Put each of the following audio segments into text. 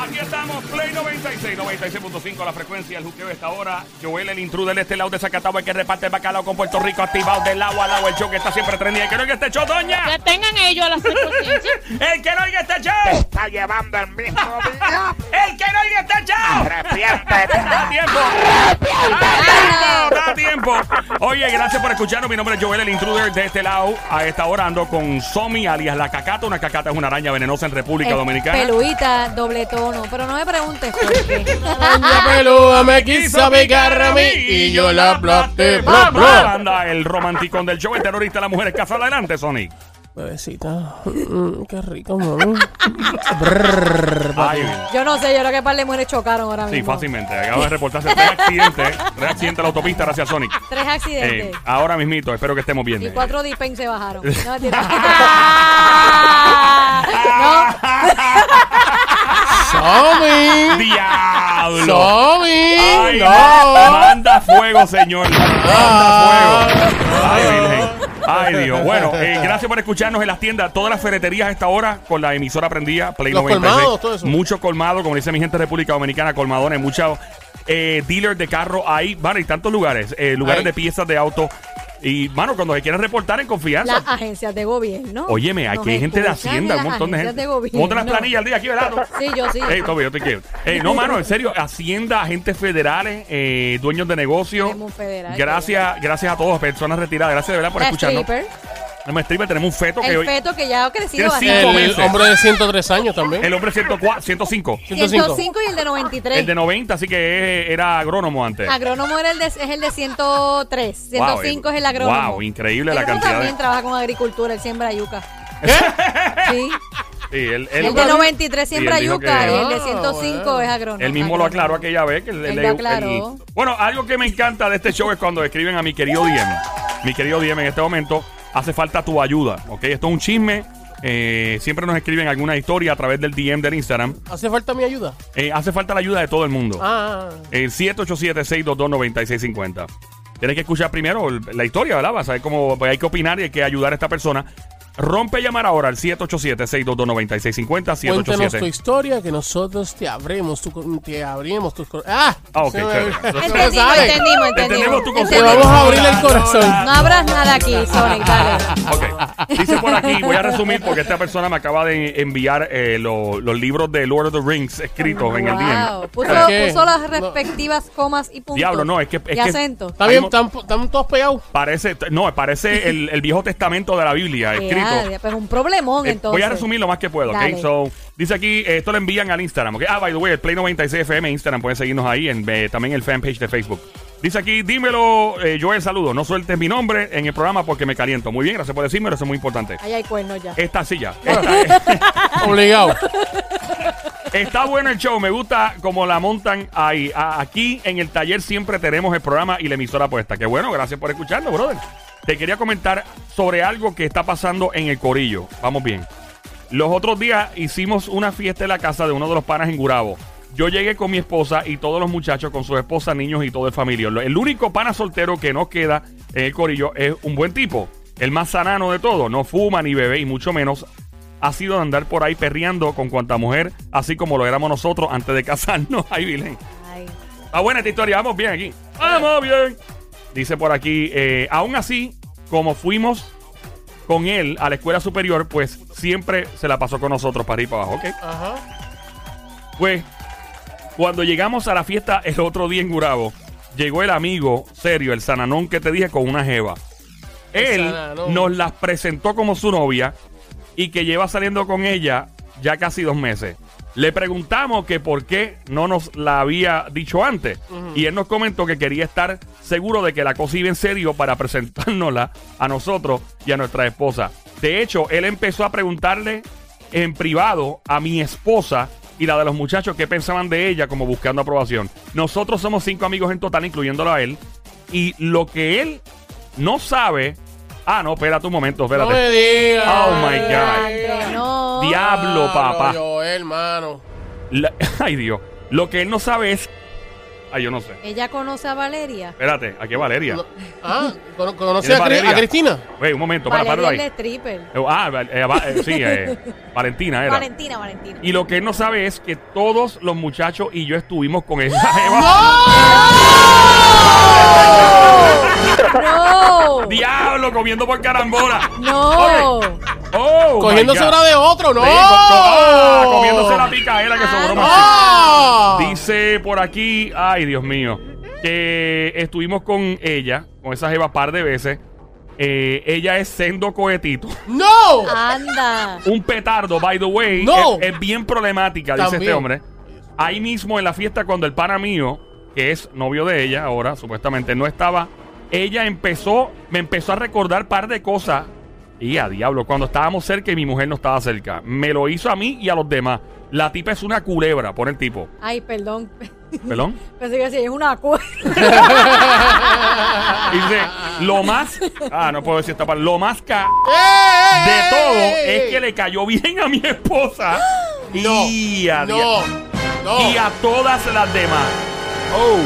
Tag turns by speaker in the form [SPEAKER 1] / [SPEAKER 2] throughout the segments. [SPEAKER 1] regresamos. Play 96, 96.5 la frecuencia. El juqueo de esta hora. Joel, el intruder de este lado de Zacatau, el que reparte el bacalao con Puerto Rico, activado del lado al lado. El show que está siempre trendido. El que no oiga este show, doña.
[SPEAKER 2] Que tengan ellos las circunstancias.
[SPEAKER 1] El que no oiga este show.
[SPEAKER 3] Está llevando el mismo día.
[SPEAKER 1] El que no oiga este show.
[SPEAKER 3] Arrepiéntete.
[SPEAKER 1] Da tiempo. Da tiempo. Da tiempo. Oye, gracias por escucharnos. Mi nombre es Joel, el intruder de este lado. A esta hora ando con Somi, alias la cacata. Una cacata es una araña venenosa en República
[SPEAKER 4] Es
[SPEAKER 1] Dominicana.
[SPEAKER 4] Peluita, doble tono. Pero no me preguntes por qué.
[SPEAKER 5] La pelúa me quiso picar a mí y yo la aplasté.
[SPEAKER 1] Bla, bla.
[SPEAKER 5] Bla, bla.
[SPEAKER 1] Anda el romanticón del show, el terrorista de las mujeres. Casa adelante, Sonic.
[SPEAKER 5] Bebecita, mm, qué rico, mami. Brrr, papi.
[SPEAKER 4] Yo no sé, yo creo que par de mujeres chocaron ahora
[SPEAKER 1] Sí,
[SPEAKER 4] mismo.
[SPEAKER 1] fácilmente. Acaba de reportarse tres accidentes. Tres accidentes en la autopista gracias a Sonic.
[SPEAKER 4] Tres
[SPEAKER 1] Eh,
[SPEAKER 4] accidentes.
[SPEAKER 1] ahora mismito, espero que estemos bien.
[SPEAKER 4] y cuatro dispen se bajaron. No, mentira.
[SPEAKER 5] Somi,
[SPEAKER 1] ¡Diablo!
[SPEAKER 5] Somi,
[SPEAKER 1] Ay,
[SPEAKER 5] no.
[SPEAKER 1] ¡Manda fuego, señor! ¡Manda
[SPEAKER 5] Ah.
[SPEAKER 1] fuego! ¡Ay, Virgen! ¡Ay, Dios! Bueno, eh, gracias por escucharnos en las tiendas. Todas las ferreterías a esta hora con la emisora prendida. Play
[SPEAKER 5] Los
[SPEAKER 1] 96.
[SPEAKER 5] colmados, todo eso.
[SPEAKER 1] Mucho colmado, como dice mi gente de República Dominicana, colmadones, muchos eh, dealers de carro ahí. Van y tantos lugares. eh, lugares
[SPEAKER 5] Ahí.
[SPEAKER 1] de piezas de auto. Y, mano, cuando se quieran reportar en confianza.
[SPEAKER 4] Las agencias de gobierno.
[SPEAKER 1] Óyeme,
[SPEAKER 4] Nos
[SPEAKER 1] aquí hay gente de
[SPEAKER 4] escuchan
[SPEAKER 1] Hacienda,
[SPEAKER 4] en
[SPEAKER 1] un
[SPEAKER 4] las
[SPEAKER 1] montón de
[SPEAKER 4] agencias
[SPEAKER 1] gente.
[SPEAKER 4] gobierno.
[SPEAKER 1] Monta las planillas al día aquí, ¿verdad?
[SPEAKER 4] Sí, yo sí.
[SPEAKER 1] Ey, Toby, yo te quiero. Ey, no, mano, en serio, Hacienda, agentes federales, eh, dueños de negocios.
[SPEAKER 4] Tenemos un federal,
[SPEAKER 1] Gracias, gracias a todos, personas retiradas. Gracias de verdad por
[SPEAKER 4] La
[SPEAKER 1] escucharnos.
[SPEAKER 4] stripper,
[SPEAKER 1] Tenemos stripper, tenemos un feto que
[SPEAKER 4] el
[SPEAKER 1] hoy.
[SPEAKER 4] feto que ya ha crecido
[SPEAKER 1] Tiene
[SPEAKER 4] bastante.
[SPEAKER 1] cinco
[SPEAKER 5] El
[SPEAKER 1] meses.
[SPEAKER 5] hombre de 103 años también.
[SPEAKER 1] El hombre 104, 105.
[SPEAKER 5] 105.
[SPEAKER 4] 105 y el de 93.
[SPEAKER 1] El de 90, así que eh, era agrónomo antes.
[SPEAKER 4] Agrónomo era el de- es el de 103. 105
[SPEAKER 1] Wow, eh,
[SPEAKER 4] es el agrónomo.
[SPEAKER 1] wow, increíble la
[SPEAKER 4] El otro
[SPEAKER 1] cantidad de-
[SPEAKER 4] también trabaja con agricultura, él siembra yuca. Sí.
[SPEAKER 1] Sí, él- él-
[SPEAKER 4] El de 93
[SPEAKER 1] Sí,
[SPEAKER 4] siembra
[SPEAKER 1] él dijo
[SPEAKER 4] yuca
[SPEAKER 1] que-
[SPEAKER 4] y el de
[SPEAKER 5] Ah,
[SPEAKER 4] 105
[SPEAKER 5] bueno.
[SPEAKER 4] es agrónomo.
[SPEAKER 1] Él mismo lo aclaró
[SPEAKER 4] Agrónomo.
[SPEAKER 1] aquella vez. Que le-
[SPEAKER 4] Él
[SPEAKER 1] le-
[SPEAKER 4] lo
[SPEAKER 1] el-
[SPEAKER 4] aclaró.
[SPEAKER 1] bueno, algo que me encanta de este show es cuando escriben a mi querido Diem. Mi querido Diem, en este momento hace falta tu ayuda. ¿ok? Esto es un chisme. eh, siempre nos escriben alguna historia a través del DM del Instagram.
[SPEAKER 5] ¿Hace falta mi ayuda?
[SPEAKER 1] Eh, hace falta la ayuda de todo el mundo.
[SPEAKER 5] Ah,
[SPEAKER 1] El 787-622-9650. Tienes que escuchar primero el- la historia, ¿verdad? Vas a saber cómo pues, hay que opinar y hay que ayudar a esta persona. Rompe llamar ahora al 787-622-9650.
[SPEAKER 5] cuéntanos tu
[SPEAKER 1] 787.
[SPEAKER 5] historia que nosotros te abrimos, tu, te abrimos tus... cor- ¡Ah!
[SPEAKER 1] Ah, ok,
[SPEAKER 5] Se me-
[SPEAKER 1] chévere.
[SPEAKER 5] se me
[SPEAKER 4] Entendimos,
[SPEAKER 5] sale.
[SPEAKER 4] entendimos,
[SPEAKER 1] Te tenemos
[SPEAKER 4] entendimos.
[SPEAKER 1] tu
[SPEAKER 5] Te
[SPEAKER 1] consejo.
[SPEAKER 5] vamos a abrir el corazón.
[SPEAKER 4] No habrás nada aquí, Sonic, dale.
[SPEAKER 1] Ok. Dice por aquí, voy a resumir porque esta persona me acaba de enviar eh, lo- los libros de Lord of the Rings escritos en el
[SPEAKER 4] Wow,
[SPEAKER 1] DM.
[SPEAKER 4] puso,
[SPEAKER 5] ¿Para qué?
[SPEAKER 4] puso las
[SPEAKER 5] No.
[SPEAKER 4] respectivas comas y puntos.
[SPEAKER 1] Diablo, no, es que- es
[SPEAKER 4] y
[SPEAKER 1] que-
[SPEAKER 4] acento.
[SPEAKER 5] Está bien, están están todos pegados.
[SPEAKER 1] Parece, no, parece el, el Viejo Testamento de la Biblia escrito.
[SPEAKER 4] Pero pues un problemón,
[SPEAKER 1] Eh,
[SPEAKER 4] entonces.
[SPEAKER 1] voy a resumir lo más que puedo, ¿ok?
[SPEAKER 4] Dale.
[SPEAKER 1] So, dice aquí, eh, esto lo envían al Instagram, ¿ok? Ah, by the way, el Play 96 FM Instagram, pueden seguirnos ahí, en, eh, también el fanpage de Facebook. Dice aquí, dímelo, eh, Joel, saludo, no sueltes mi nombre en el programa porque me caliento. Muy bien, gracias por decírmelo, eso es muy importante.
[SPEAKER 4] Ahí hay cuernos ya.
[SPEAKER 1] Esta silla, esta, Ah.
[SPEAKER 5] Obligado.
[SPEAKER 1] Está bueno el show, me gusta como la montan ahí. A- aquí en el taller siempre tenemos el programa y la emisora puesta. Que bueno, gracias por escucharnos, brother. Te quería comentar sobre algo que está pasando en el Corillo. Vamos bien. Los otros días hicimos una fiesta en la casa de uno de los panas en Gurabo. Yo llegué con mi esposa y todos los muchachos con sus esposas, niños y todo el familia. Lo- El único pana soltero que nos queda en el Corillo es un buen tipo. El más sanano de todo. No fuma ni bebe y mucho menos ha sido de andar por ahí perreando con cuanta mujer, así como lo éramos nosotros antes de casarnos. Ay, Virgen.
[SPEAKER 4] Ay.
[SPEAKER 1] Está Ah, buena esta historia, vamos bien aquí. Vamos bien. Dice por aquí, eh, aún así, como fuimos con él a la escuela superior, pues siempre se la pasó con nosotros para ir para abajo, ¿ok?
[SPEAKER 5] Ajá.
[SPEAKER 1] Pues, cuando llegamos a la fiesta el otro día en Gurabo, llegó el amigo serio, el sananón que te dije, con una jeva.
[SPEAKER 5] El
[SPEAKER 1] Él
[SPEAKER 5] sananón.
[SPEAKER 1] nos las presentó como su novia y que lleva saliendo con ella ya casi dos meses. Le preguntamos que por qué no nos la había dicho antes. Y él nos comentó que quería estar seguro de que la cosa iba en serio para presentárnosla a nosotros y a nuestra esposa. De hecho, él empezó a preguntarle en privado a mi esposa y la de los muchachos qué pensaban de ella como buscando aprobación. Nosotros somos cinco amigos en total, incluyéndolo a él. Y lo que él no sabe... Ah, no, espérate un momento,
[SPEAKER 5] No eh.
[SPEAKER 1] espérate.
[SPEAKER 5] me digas.
[SPEAKER 1] Oh, my God.
[SPEAKER 4] Andre, no.
[SPEAKER 5] Ah,
[SPEAKER 1] Diablo, papá.
[SPEAKER 5] Yo, hermano.
[SPEAKER 1] La- ay, Dios. Lo que él no sabe es Ay, yo no sé.
[SPEAKER 4] Ella conoce a Valeria.
[SPEAKER 1] Espérate, ¿a qué Valeria?
[SPEAKER 5] Ah, ¿cono- ¿conoce
[SPEAKER 1] ¿Quién es
[SPEAKER 5] a, Cri-
[SPEAKER 1] Valeria?
[SPEAKER 5] a Cristina?
[SPEAKER 1] Wey, un momento, para,
[SPEAKER 4] Valeria
[SPEAKER 1] para
[SPEAKER 4] es
[SPEAKER 1] ahí.
[SPEAKER 4] la stripper.
[SPEAKER 1] Eh, Ah, val- eh, va- eh, sí, eh, Valentina era.
[SPEAKER 4] Valentina, Valentina.
[SPEAKER 1] Y lo que él no sabe es que todos los muchachos y yo estuvimos con esa jeva.
[SPEAKER 4] ¡No!
[SPEAKER 1] ¡Diablo! Comiendo por carambola.
[SPEAKER 4] ¡No!
[SPEAKER 1] ¡Oh! my
[SPEAKER 5] Cogiendo
[SPEAKER 1] God.
[SPEAKER 5] sobra de otro, no.
[SPEAKER 1] Sí, con- ah, comiéndose la picaera que
[SPEAKER 4] Ah,
[SPEAKER 1] sobró
[SPEAKER 4] no.
[SPEAKER 1] más.
[SPEAKER 5] ¡Ah!
[SPEAKER 1] Dice por aquí, ay Dios mío, que estuvimos con ella, con esa jeva par de veces. Eh, ella es sendo cohetito.
[SPEAKER 5] ¡No!
[SPEAKER 4] ¡Anda!
[SPEAKER 1] Un petardo, by the way.
[SPEAKER 5] No.
[SPEAKER 1] Es, es bien problemática, dice
[SPEAKER 5] También.
[SPEAKER 1] este hombre. Ahí mismo en la fiesta, cuando el pana mío, que es novio de ella ahora, supuestamente no estaba, ella empezó, me empezó a recordar par de cosas. Y a diablo, cuando estábamos cerca y mi mujer no estaba cerca. Me lo hizo a mí y a los demás. La tipa es una culebra, por el tipo.
[SPEAKER 4] Ay, perdón.
[SPEAKER 1] ¿Perdón?
[SPEAKER 4] Pensé que decía, es una cuerda.
[SPEAKER 1] Y dice, lo más. Ah, no puedo decir esta palabra. Lo más ca de
[SPEAKER 5] De
[SPEAKER 1] todo es que le cayó bien a mi esposa.
[SPEAKER 5] eh, No,
[SPEAKER 1] Y a dia-
[SPEAKER 5] No, no.
[SPEAKER 1] y a todas las demás. Oh.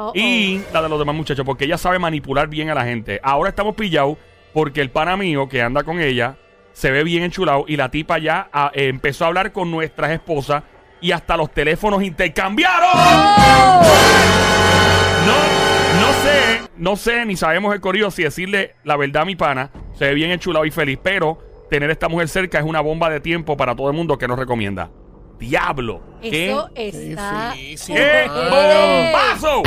[SPEAKER 4] Oh, oh.
[SPEAKER 1] Y la de los demás muchachos, porque ella sabe manipular bien a la gente. Ahora estamos pillados porque el pana mío que anda con ella se ve bien enchulado y la tipa ya ah, eh, empezó a hablar con nuestras esposas y hasta los teléfonos intercambiaron. No, no sé, no sé, ni sabemos el corrido si decirle la verdad a mi pana. Se ve bien enchulado y feliz, pero tener esta mujer cerca es una bomba de tiempo para todo el mundo que nos recomienda. Diablo. ¿qué
[SPEAKER 4] Eso está.
[SPEAKER 5] difícil,
[SPEAKER 1] ¡Qué
[SPEAKER 5] mano.
[SPEAKER 1] ¡Eh! bombazo!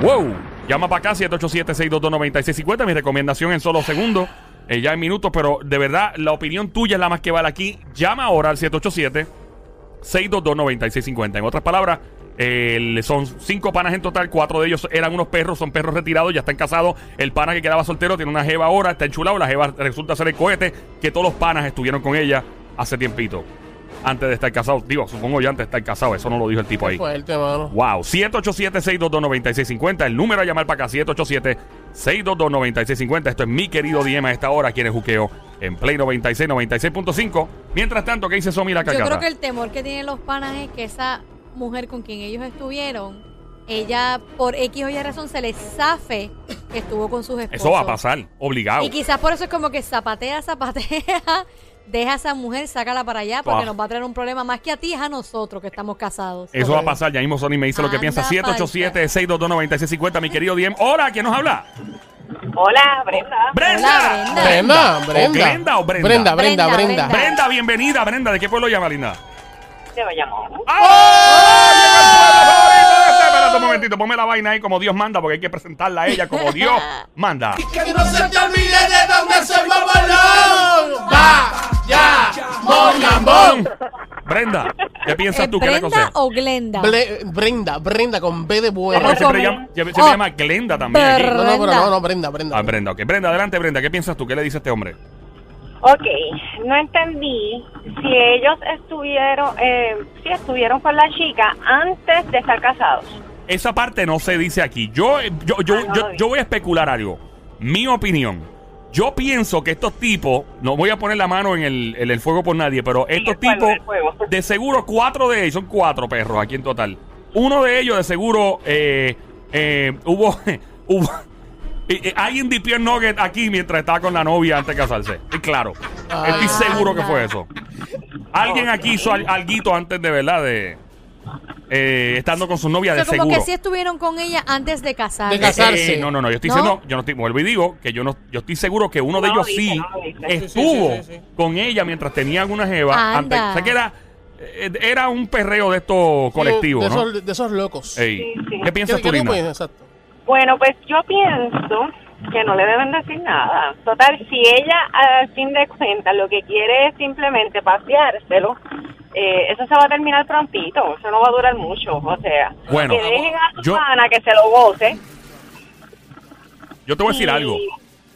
[SPEAKER 1] ¡Wow! Llama para acá, 787-622-9650. Mi recomendación en solo segundos, eh, ya en minutos, pero de verdad, la opinión tuya es la más que vale aquí. Llama ahora al 787-622-9650. En otras palabras, eh, son cinco panas en total, cuatro de ellos eran unos perros, son perros retirados, ya están casados. El pana que quedaba soltero tiene una jeva ahora, está enchulado, la jeva resulta ser el cohete, que todos los panas estuvieron con ella hace tiempito. Antes de estar casados, digo, supongo ya antes de estar casado, eso no lo dijo el tipo ahí.
[SPEAKER 5] Fuerte, mano.
[SPEAKER 1] Wow, 787-622-9650. El número a llamar para acá, 787-622-9650. Esto es mi querido Diema a esta hora, quien es Juqueo en Play 96, 96.5. Mientras tanto, ¿qué dice Somi la
[SPEAKER 4] Yo
[SPEAKER 1] cacata?
[SPEAKER 4] creo que el temor que tienen los panas es que esa mujer con quien ellos estuvieron, ella por X o Y razón se les zafe que estuvo con sus esposos.
[SPEAKER 1] Eso va a pasar, obligado.
[SPEAKER 4] Y quizás por eso es como que zapatea, zapatea, deja a esa mujer, sácala para allá porque
[SPEAKER 1] Ah.
[SPEAKER 4] nos va a traer un problema más que a ti, es a nosotros que estamos casados.
[SPEAKER 1] Eso va a pasar, ya mismo Sony me dice lo que
[SPEAKER 4] Anda
[SPEAKER 1] piensa.
[SPEAKER 4] pa'l
[SPEAKER 1] 787-622-9650, mi querido Diem. Hola, ¿quién nos habla?
[SPEAKER 6] Hola, Brenda.
[SPEAKER 1] ¡Brenda!
[SPEAKER 4] Brenda.
[SPEAKER 5] Brenda, Brenda.
[SPEAKER 1] Glenda o Brenda?
[SPEAKER 5] Brenda, Brenda,
[SPEAKER 4] Brenda,
[SPEAKER 5] Brenda.
[SPEAKER 4] Brenda.
[SPEAKER 1] Brenda, bienvenida, Brenda. ¿De qué pueblo llama, linda? ¡Ah!
[SPEAKER 6] Te va a llamar.
[SPEAKER 1] Espérate un momentito, ponme la vaina ahí como Dios manda, porque hay que presentarla a ella como Dios manda.
[SPEAKER 5] Que no se te olvide de dónde soy mamalón. Va, ya, mon, gambón.
[SPEAKER 1] Brenda, ¿qué piensas
[SPEAKER 4] ¿Es
[SPEAKER 1] tú que le
[SPEAKER 4] Eh, Brenda
[SPEAKER 1] cosa?
[SPEAKER 4] o Glenda?
[SPEAKER 5] Ble- Brenda, Brenda con B de
[SPEAKER 1] Bueno,
[SPEAKER 5] buena.
[SPEAKER 1] que siempre
[SPEAKER 6] Brenda.
[SPEAKER 1] llama, ya- siempre
[SPEAKER 4] Oh.
[SPEAKER 1] llama Glenda también aquí.
[SPEAKER 4] Brr.
[SPEAKER 5] No, no, pero
[SPEAKER 4] Brenda.
[SPEAKER 5] no, no, Brenda, Brenda.
[SPEAKER 1] Ah, Brenda, ok. Brenda, adelante, Brenda. ¿Qué piensas tú? ¿Qué le dice este hombre?
[SPEAKER 6] Ok, no entendí si ellos estuvieron, eh, si estuvieron con la chica antes de estar casados.
[SPEAKER 1] Esa parte no se dice aquí. Yo, eh, yo, yo,
[SPEAKER 6] Ah, no
[SPEAKER 1] yo,
[SPEAKER 6] lo vi.
[SPEAKER 1] yo voy a especular algo. Mi opinión. Yo pienso que estos tipos, no voy a poner la mano en el, en el fuego por nadie, pero estos
[SPEAKER 6] el fuego,
[SPEAKER 1] tipos,
[SPEAKER 6] el fuego.
[SPEAKER 1] de seguro cuatro de ellos, son cuatro perros aquí en total. Uno de ellos de seguro eh, eh, hubo, hubo eh, eh, alguien dipió el nugget aquí mientras estaba con la novia antes de casarse. Y claro,
[SPEAKER 5] Ah.
[SPEAKER 1] estoy seguro que
[SPEAKER 4] Anda.
[SPEAKER 1] fue eso. Alguien aquí hizo al- alguito antes de, ¿verdad? De, eh, estando con su novia
[SPEAKER 4] O sea,
[SPEAKER 1] de
[SPEAKER 4] como
[SPEAKER 1] seguro.
[SPEAKER 4] que sí estuvieron con ella antes de casarse.
[SPEAKER 5] De casarse.
[SPEAKER 1] Eh, no, no, no, yo estoy
[SPEAKER 4] ¿No?
[SPEAKER 1] diciendo, yo no estoy, vuelvo y digo que yo no, yo estoy seguro que uno de
[SPEAKER 6] No
[SPEAKER 1] ellos
[SPEAKER 6] dice,
[SPEAKER 1] sí
[SPEAKER 6] no dice.
[SPEAKER 1] estuvo
[SPEAKER 5] Sí, sí, sí, sí, sí.
[SPEAKER 1] con ella mientras tenía alguna jeva.
[SPEAKER 4] Anda.
[SPEAKER 1] antes. o sea que era, eh, era un perreo de estos colectivos,
[SPEAKER 5] de,
[SPEAKER 1] ¿no?
[SPEAKER 5] esos, de esos locos.
[SPEAKER 1] Ey.
[SPEAKER 6] Sí, sí.
[SPEAKER 1] ¿Qué
[SPEAKER 5] ¿Qué,
[SPEAKER 1] piensas
[SPEAKER 5] qué
[SPEAKER 1] tú,
[SPEAKER 5] tú
[SPEAKER 1] Lina?
[SPEAKER 5] piensas? Exacto.
[SPEAKER 6] Bueno, pues yo pienso que no le deben decir nada. Total, si ella al fin de cuentas lo que quiere es simplemente paseárselo, eh, eso se va a terminar prontito, eso no va a durar mucho, o sea,
[SPEAKER 1] Bueno,
[SPEAKER 6] que dejen a su
[SPEAKER 1] yo-
[SPEAKER 6] pana que se lo goce.
[SPEAKER 1] Yo te voy a decir
[SPEAKER 6] Sí.
[SPEAKER 1] algo.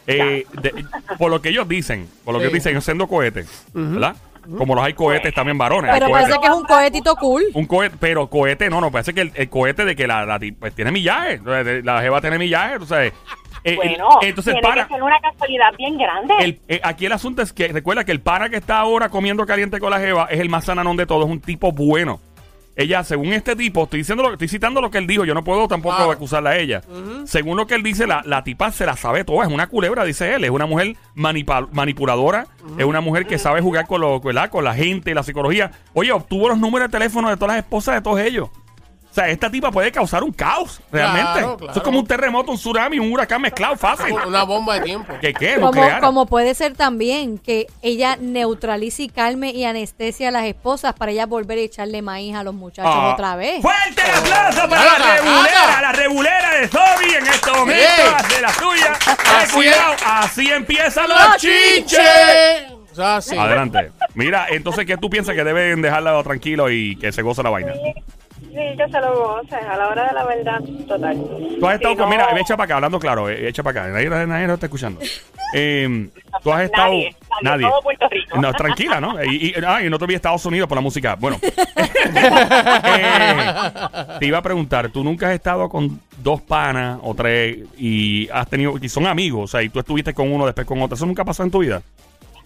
[SPEAKER 1] Eh, de- por lo que ellos dicen, por lo que
[SPEAKER 5] Sí.
[SPEAKER 1] ellos dicen, ellos siendo cohetes, ¿verdad? Como los hay cohetes también varones. hay
[SPEAKER 4] Pero
[SPEAKER 1] cohetes.
[SPEAKER 4] parece que es un cohetito cool.
[SPEAKER 1] Un cohete, pero cohete no, no, parece que el, el cohete de que la, la ti- pues, tiene millaje, la, la jeva tiene millaje, tú sabes. Eh,
[SPEAKER 6] Bueno,
[SPEAKER 1] el- entonces
[SPEAKER 6] tiene
[SPEAKER 1] para,
[SPEAKER 6] que ser una casualidad bien grande.
[SPEAKER 1] el- eh, aquí el asunto es que recuerda que el pana que está ahora comiendo caliente con la jeva es el más sananón de todos, es un tipo bueno. Ella, según este tipo, estoy diciendo lo, estoy citando lo que él dijo, yo no puedo tampoco
[SPEAKER 5] Claro.
[SPEAKER 1] acusarla a ella. Según lo que él dice, la, la tipa se la sabe toda, es una culebra, dice él, es una mujer manipa- manipuladora, es una mujer que sabe jugar con, lo, ¿verdad? con la gente y la psicología. Oye, obtuvo los números de teléfono de todas las esposas de todos ellos. O sea, esta tipa puede causar un caos, realmente.
[SPEAKER 5] Claro,
[SPEAKER 1] Eso
[SPEAKER 5] claro.
[SPEAKER 1] es como un terremoto, un tsunami, un huracán mezclado, fácil.
[SPEAKER 5] Una bomba de tiempo.
[SPEAKER 1] ¿Qué qué?
[SPEAKER 4] Como,
[SPEAKER 1] Nuclear.
[SPEAKER 4] como puede ser también que ella neutralice y calme y anestesia a las esposas para ella volver a echarle maíz a los muchachos
[SPEAKER 1] Ah.
[SPEAKER 4] otra vez.
[SPEAKER 1] Fuerte el aplauso para
[SPEAKER 5] Anda,
[SPEAKER 1] la rebulera,
[SPEAKER 5] anda.
[SPEAKER 1] la rebulera de Zombie en este momento,
[SPEAKER 5] Sí.
[SPEAKER 1] hace la suya.
[SPEAKER 5] Así
[SPEAKER 1] Eh, cuidado,
[SPEAKER 5] es.
[SPEAKER 1] así empiezan los
[SPEAKER 5] ¡La
[SPEAKER 1] chinches.
[SPEAKER 5] chinche! O sea, sí.
[SPEAKER 1] Adelante. Mira, entonces, ¿qué tú piensas que deben dejarla tranquilo y que se goza la vaina?
[SPEAKER 6] Sí, que se lo gocen a la hora de la verdad, total.
[SPEAKER 1] Tú has estado Pues
[SPEAKER 6] Si
[SPEAKER 1] con,
[SPEAKER 6] no-
[SPEAKER 1] mira, echa para acá, hablando claro, eh, echa para acá, nadie, nadie, nadie nos está escuchando. Eh, tú has estado...
[SPEAKER 6] Nadie, nadie, todo Puerto Rico.
[SPEAKER 1] No, tranquila, ¿no? Y, y- ah, y no te olvides Estados Unidos por la música. Bueno. Eh, te iba a preguntar, tú nunca has estado con dos panas o tres y has tenido... Y son amigos, o sea, y tú estuviste con uno, después con otro. ¿Eso nunca pasó en tu vida?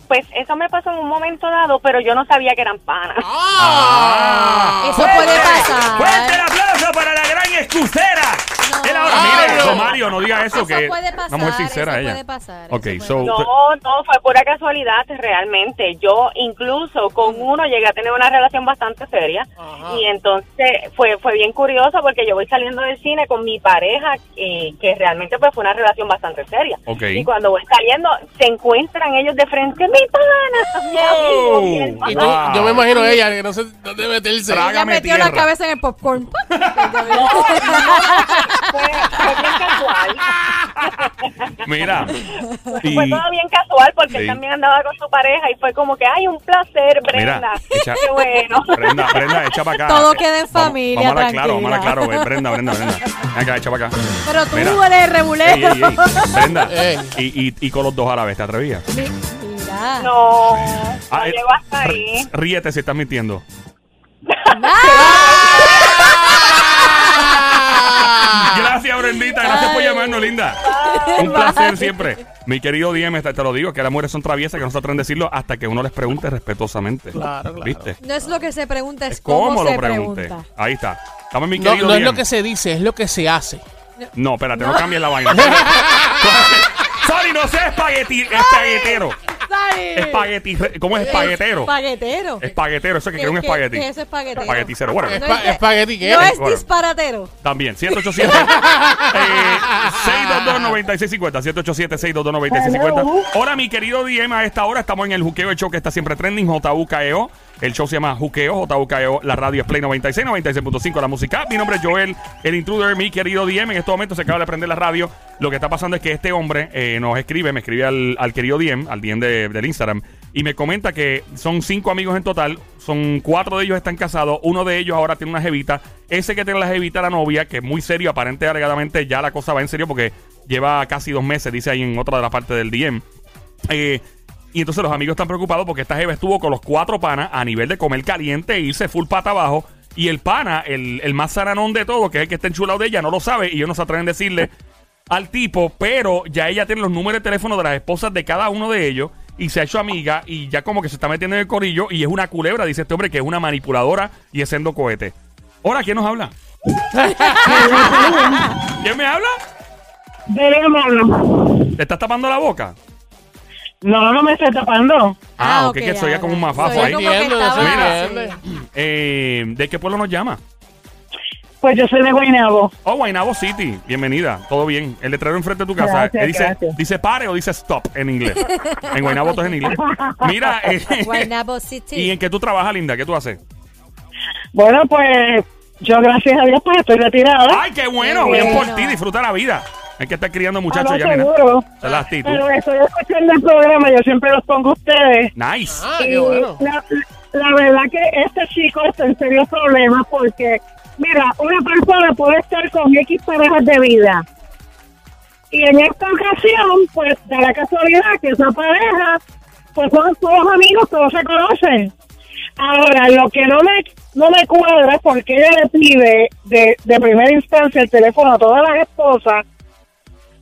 [SPEAKER 6] Pues eso me pasó en un momento dado, pero yo no sabía que eran panas.
[SPEAKER 5] ¡Ah!
[SPEAKER 4] Eso puede pasar.
[SPEAKER 1] ¡Fuerte el aplauso para la gran excusera!
[SPEAKER 4] No.
[SPEAKER 1] Él ahora- mira,
[SPEAKER 5] Pablo.
[SPEAKER 1] no, Mario, no diga eso,
[SPEAKER 4] Eso
[SPEAKER 1] que...
[SPEAKER 4] puede pasar,
[SPEAKER 1] una mujer sincera
[SPEAKER 4] eso
[SPEAKER 1] ella.
[SPEAKER 4] puede pasar,
[SPEAKER 1] Ok,
[SPEAKER 4] eso
[SPEAKER 1] so...
[SPEAKER 4] puede
[SPEAKER 6] No, no, fue pura casualidad realmente. Yo incluso con uno llegué a tener una relación bastante seria
[SPEAKER 5] Ajá.
[SPEAKER 6] y entonces fue fue bien curioso porque yo voy saliendo del cine con mi pareja eh, que realmente pues fue una relación bastante seria.
[SPEAKER 1] Ok.
[SPEAKER 6] Y cuando voy saliendo se encuentran ellos de frente, mi pana, mi amigo, mi
[SPEAKER 1] Wow.
[SPEAKER 6] hermano".
[SPEAKER 5] Y tú-
[SPEAKER 1] Wow.
[SPEAKER 5] Yo me imagino ella que no sé dónde meterse.
[SPEAKER 1] Traga.
[SPEAKER 4] Ella
[SPEAKER 1] Hágame
[SPEAKER 4] metió la
[SPEAKER 1] tierra.
[SPEAKER 4] cabeza en el popcorn.
[SPEAKER 6] Fue, fue bien casual.
[SPEAKER 1] Mira. y-
[SPEAKER 6] Fue todo bien casual porque
[SPEAKER 1] Sí. Ah,
[SPEAKER 6] él también andaba con su pareja y fue como que, ay, un placer,
[SPEAKER 1] Mira,
[SPEAKER 6] Brenda.
[SPEAKER 1] echa-
[SPEAKER 6] Qué bueno.
[SPEAKER 1] Brenda, Brenda, echa para acá.
[SPEAKER 4] Todo queda en
[SPEAKER 1] Vamos-
[SPEAKER 4] familia,
[SPEAKER 1] Vamos a hablar claro, vamos a hablar
[SPEAKER 4] tranquila.
[SPEAKER 1] claro. eh, Brenda, Brenda, Brenda. Ven Acá, echa para acá.
[SPEAKER 4] Pero tú
[SPEAKER 1] Mira.
[SPEAKER 4] eres
[SPEAKER 1] Ey,
[SPEAKER 4] rebulero.
[SPEAKER 1] ey, ey. Brenda,
[SPEAKER 5] Ey.
[SPEAKER 1] y, y, y con los dos árabes, ¿te atrevías?
[SPEAKER 4] Mira.
[SPEAKER 6] No,
[SPEAKER 1] Ah,
[SPEAKER 6] no
[SPEAKER 1] eh,
[SPEAKER 6] llegó hasta ahí.
[SPEAKER 1] Ríete si estás mintiendo. Gracias, Brendita. Gracias por
[SPEAKER 4] Ay.
[SPEAKER 1] llamarnos, linda. Un placer siempre. Mi querido DM, te, te lo digo, que las mujeres son traviesas, que no se atreven a decirlo hasta que uno les pregunte respetuosamente.
[SPEAKER 5] Claro, claro.
[SPEAKER 1] ¿Viste?
[SPEAKER 4] No es lo que se pregunta, es
[SPEAKER 1] ¿Cómo,
[SPEAKER 4] cómo,
[SPEAKER 1] lo
[SPEAKER 4] se
[SPEAKER 1] pregunte?
[SPEAKER 4] pregunta.
[SPEAKER 1] Ahí está. Estamos en mi
[SPEAKER 5] No,
[SPEAKER 1] querido
[SPEAKER 5] no es
[SPEAKER 1] DM.
[SPEAKER 5] lo que se dice, es lo que se hace.
[SPEAKER 1] No, espérate, no, cambies la vaina. Sorry, no seas espagueti, espaguetero. Espagueti, ¿cómo es espaguetero?
[SPEAKER 4] Espaguetero.
[SPEAKER 1] Espaguetero, eso que quiere un
[SPEAKER 4] que-
[SPEAKER 1] espagueti.
[SPEAKER 4] que eso es espaguetero.
[SPEAKER 1] Espagueticero, bueno.
[SPEAKER 5] Espa-
[SPEAKER 4] No es que-
[SPEAKER 5] espagueti, ¿qué?
[SPEAKER 4] No es
[SPEAKER 1] Bueno.
[SPEAKER 4] disparatero.
[SPEAKER 1] También, 787 eh, 622-9650 787-622-9650 Hola mi querido Diem a esta hora Estamos en el Juqueo, el show que está siempre trending JUKEO, E el show se llama Juqueo JUKEO, E la radio es Play 96 96.5 la música, mi nombre es Joel el intruder, mi querido Diem, en este momento se acaba de prender la radio, lo que está pasando es que este hombre eh, nos escribe, me escribe al, al querido Diem, al Diem de- del Instagram y me comenta que son cinco amigos en total, son cuatro de ellos están casados, uno de ellos ahora tiene una jevita, ese que tiene la jevita, la novia, que es muy serio, aparente y alegadamente ya la cosa va en serio porque lleva casi dos meses, dice ahí en otra de la parte del DM. Eh, y entonces los amigos están preocupados porque esta jeva estuvo con los cuatro panas a nivel de comer caliente e irse full pata abajo. Y el pana, el, el más saranón de todo, que es el que está enchulado de ella, no lo sabe y ellos no se atreven a decirle al tipo, pero ya ella tiene los números de teléfono de las esposas de cada uno de ellos y se ha hecho amiga y ya como que se está metiendo en el corillo y es una culebra, dice este hombre, que es una manipuladora y es sendo cohete. Hola, ¿quién nos habla? ¿Quién me habla? ¿Te estás tapando la boca?
[SPEAKER 6] No, no me estoy tapando.
[SPEAKER 1] Ah, ok, que
[SPEAKER 4] ya,
[SPEAKER 1] soy ya como un mafafo
[SPEAKER 4] Soy
[SPEAKER 1] ahí.
[SPEAKER 4] como que
[SPEAKER 5] Entiendo, eso
[SPEAKER 4] estaba-
[SPEAKER 5] entiende.
[SPEAKER 4] sí.
[SPEAKER 1] Eh, ¿De qué pueblo nos llama?
[SPEAKER 6] Pues yo soy de Guaynabo.
[SPEAKER 1] Oh, Guaynabo City. Bienvenida. Todo bien. El letrero enfrente de tu casa.
[SPEAKER 6] Gracias,
[SPEAKER 1] eh, dice,
[SPEAKER 6] gracias.
[SPEAKER 1] dice pare o dice stop en inglés. en Guaynabo todo es en inglés. Mira, eh,
[SPEAKER 4] Guaynabo
[SPEAKER 1] ¿y
[SPEAKER 4] City.
[SPEAKER 1] en qué tú trabajas, Linda? ¿Qué tú haces?
[SPEAKER 6] Bueno, pues yo gracias a Dios pues estoy retirada.
[SPEAKER 1] ¡Ay, qué bueno!
[SPEAKER 4] Qué
[SPEAKER 1] Bien
[SPEAKER 4] bueno.
[SPEAKER 1] por ti. Disfruta la vida. Hay que estar criando
[SPEAKER 6] Ah,
[SPEAKER 1] muchachos
[SPEAKER 6] no,
[SPEAKER 1] ya, mira.
[SPEAKER 6] seguro.
[SPEAKER 1] Esa es la actitud.
[SPEAKER 6] Pero estoy escuchando el programa, yo siempre los pongo a ustedes.
[SPEAKER 1] Nice.
[SPEAKER 5] Ah,
[SPEAKER 6] Y
[SPEAKER 5] qué bueno.
[SPEAKER 6] la, la verdad que este chico está en serios problemas porque, mira, una persona puede estar con X parejas de vida. Y en esta ocasión, pues da la casualidad que esa pareja, pues son todos amigos, todos se conocen. Ahora, lo que no me, no me cuadra es porque ella le pide de, de primera instancia el teléfono a todas las esposas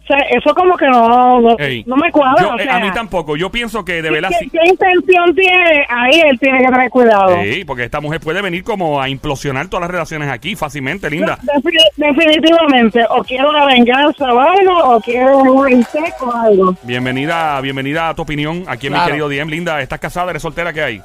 [SPEAKER 6] sea, eso como que no, no,
[SPEAKER 1] Ey.
[SPEAKER 6] no me cuadra.
[SPEAKER 1] Yo,
[SPEAKER 6] o
[SPEAKER 1] eh,
[SPEAKER 6] sea,
[SPEAKER 1] a mí tampoco. Yo pienso que de
[SPEAKER 6] ¿qué,
[SPEAKER 1] verdad sí.
[SPEAKER 6] qué intención tiene? Ahí él tiene que tener cuidado.
[SPEAKER 1] Sí, porque esta mujer puede venir como a implosionar todas las relaciones aquí fácilmente, linda.
[SPEAKER 6] Defi- definitivamente, o quiero una venganza o algo, o quiero un reinseco o algo.
[SPEAKER 1] Bienvenida, bienvenida a tu opinión aquí en mi
[SPEAKER 7] Claro.
[SPEAKER 1] querido DM, linda. ¿Estás casada? ¿Eres soltera? ¿Qué hay?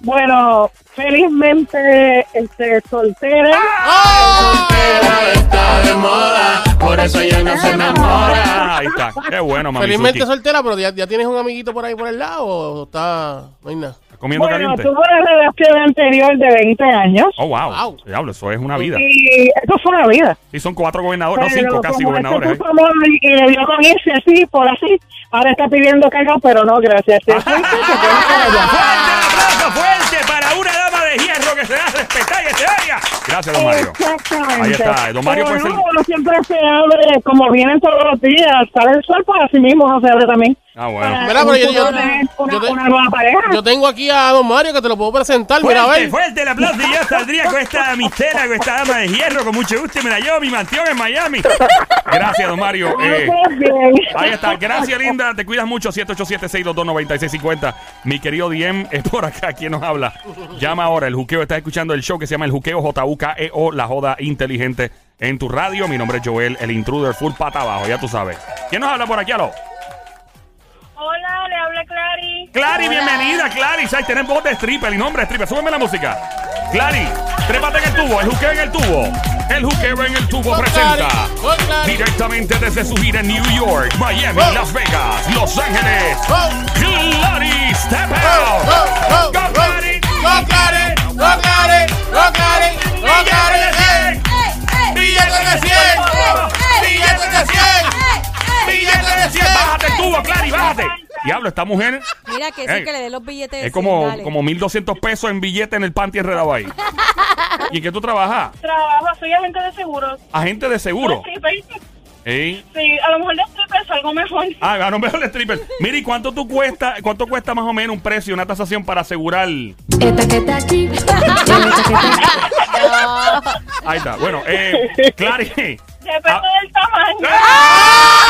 [SPEAKER 6] Bueno, felizmente este, soltera.
[SPEAKER 1] Ah,
[SPEAKER 7] Soltera está de moda, por eso ella no se enamora.
[SPEAKER 1] Ah, ahí está. Qué bueno, mami.
[SPEAKER 7] Felizmente
[SPEAKER 1] Suki.
[SPEAKER 7] soltera, pero ya, ya tienes un amiguito por ahí por el lado o está. No hay nada.
[SPEAKER 1] ¿Estás comiendo
[SPEAKER 6] Bueno,
[SPEAKER 1] caliente?
[SPEAKER 6] tuve una relación anterior de 20 años.
[SPEAKER 1] Oh, wow.
[SPEAKER 7] Wow.
[SPEAKER 1] Diablo, eso es una vida.
[SPEAKER 6] Y eso fue una vida.
[SPEAKER 1] Y son cuatro gobernadores, no
[SPEAKER 6] Pero
[SPEAKER 1] cinco casi
[SPEAKER 6] como
[SPEAKER 1] gobernadores. ¿eh?
[SPEAKER 6] este puso amor y- y le dio con irse así, por así. Ahora está pidiendo cargo, pero no, gracias. Sí, sí, sí, se quedó por allá.
[SPEAKER 1] ¡Fuerte el aplauso, fuerte para una dama de hierro que se da a respetar y que se oiga! Gracias, don Mario.
[SPEAKER 7] Este,
[SPEAKER 6] Exactamente.
[SPEAKER 1] Ahí está, don Mario pues,
[SPEAKER 6] Pero
[SPEAKER 1] puede
[SPEAKER 6] no,
[SPEAKER 1] ser-
[SPEAKER 6] uno siempre se abre, como vienen todos los días, sale el sol para sí mismo, no se abre también.
[SPEAKER 1] Ah, bueno.
[SPEAKER 7] Mira, pero yo- yo-
[SPEAKER 6] tener una,
[SPEAKER 7] yo te-
[SPEAKER 6] una nueva pareja.
[SPEAKER 7] Yo tengo aquí a Don Mario que te lo puedo presentar. Mira, a
[SPEAKER 1] Fuerte,
[SPEAKER 7] ver.
[SPEAKER 1] fuerte el aplauso y yo saldría con esta amistela, con esta dama de hierro, con mucho gusto y me la llevo a mi mansión en Miami. Gracias, don Mario. Eh,
[SPEAKER 6] Muy bien.
[SPEAKER 1] Ahí está, gracias linda, te cuidas mucho, 787-622-9650. Mi querido Diem es por acá, quien nos habla? Llama ahora, el juqueo, estás escuchando el show que se llama El Juqueo, J-U-K-E-O, E la joda inteligente en tu radio. Mi nombre es Joel, el intruder, full pata abajo, ya tú sabes. ¿Quién nos habla por aquí, Aló?
[SPEAKER 8] Hola, le habla Clary.
[SPEAKER 1] Clary, bienvenida, Clary. Ahí tenés voz de stripper, el nombre es stripper. Súbeme la música. Clary, trépate en el tubo, el juqueo en el tubo. El juqueo en el tubo presenta.
[SPEAKER 7] Con Clary,
[SPEAKER 1] Directamente desde su gira en New York, Miami,
[SPEAKER 7] Oh.
[SPEAKER 1] Las Vegas, Los Ángeles.
[SPEAKER 7] con
[SPEAKER 1] Clary, step
[SPEAKER 7] Clary,
[SPEAKER 1] out.
[SPEAKER 7] con- con-
[SPEAKER 1] Go,
[SPEAKER 7] con-
[SPEAKER 1] Clary.
[SPEAKER 7] con Clary, con Clary, con Clary, con Clary. Billete de 100, billete de 100, billete de 100.
[SPEAKER 1] Bájate el tubo, Clary, bájate. Diablo, esta mujer
[SPEAKER 4] Mira que
[SPEAKER 1] Ey.
[SPEAKER 4] sí que le dé los billetes. de
[SPEAKER 1] es
[SPEAKER 4] cien,
[SPEAKER 1] como,
[SPEAKER 4] dale.
[SPEAKER 1] como 1200 pesos en billete en el panty enredado ahí. ¿Y en qué tú trabajas?
[SPEAKER 8] Trabajo, soy agente de seguros.
[SPEAKER 1] Agente de seguro.
[SPEAKER 8] Sí,
[SPEAKER 1] ¿Eh?
[SPEAKER 8] sí, a lo mejor de stripper algo mejor.
[SPEAKER 1] Ah, ganó mejor el stripper. Mira, ¿y cuánto tú cuesta, cuánto cuesta más o menos un precio, una tasación para asegurar? Ahí está. Bueno, eh, Clary.
[SPEAKER 8] Depende del tamaño.
[SPEAKER 1] ¡Ah!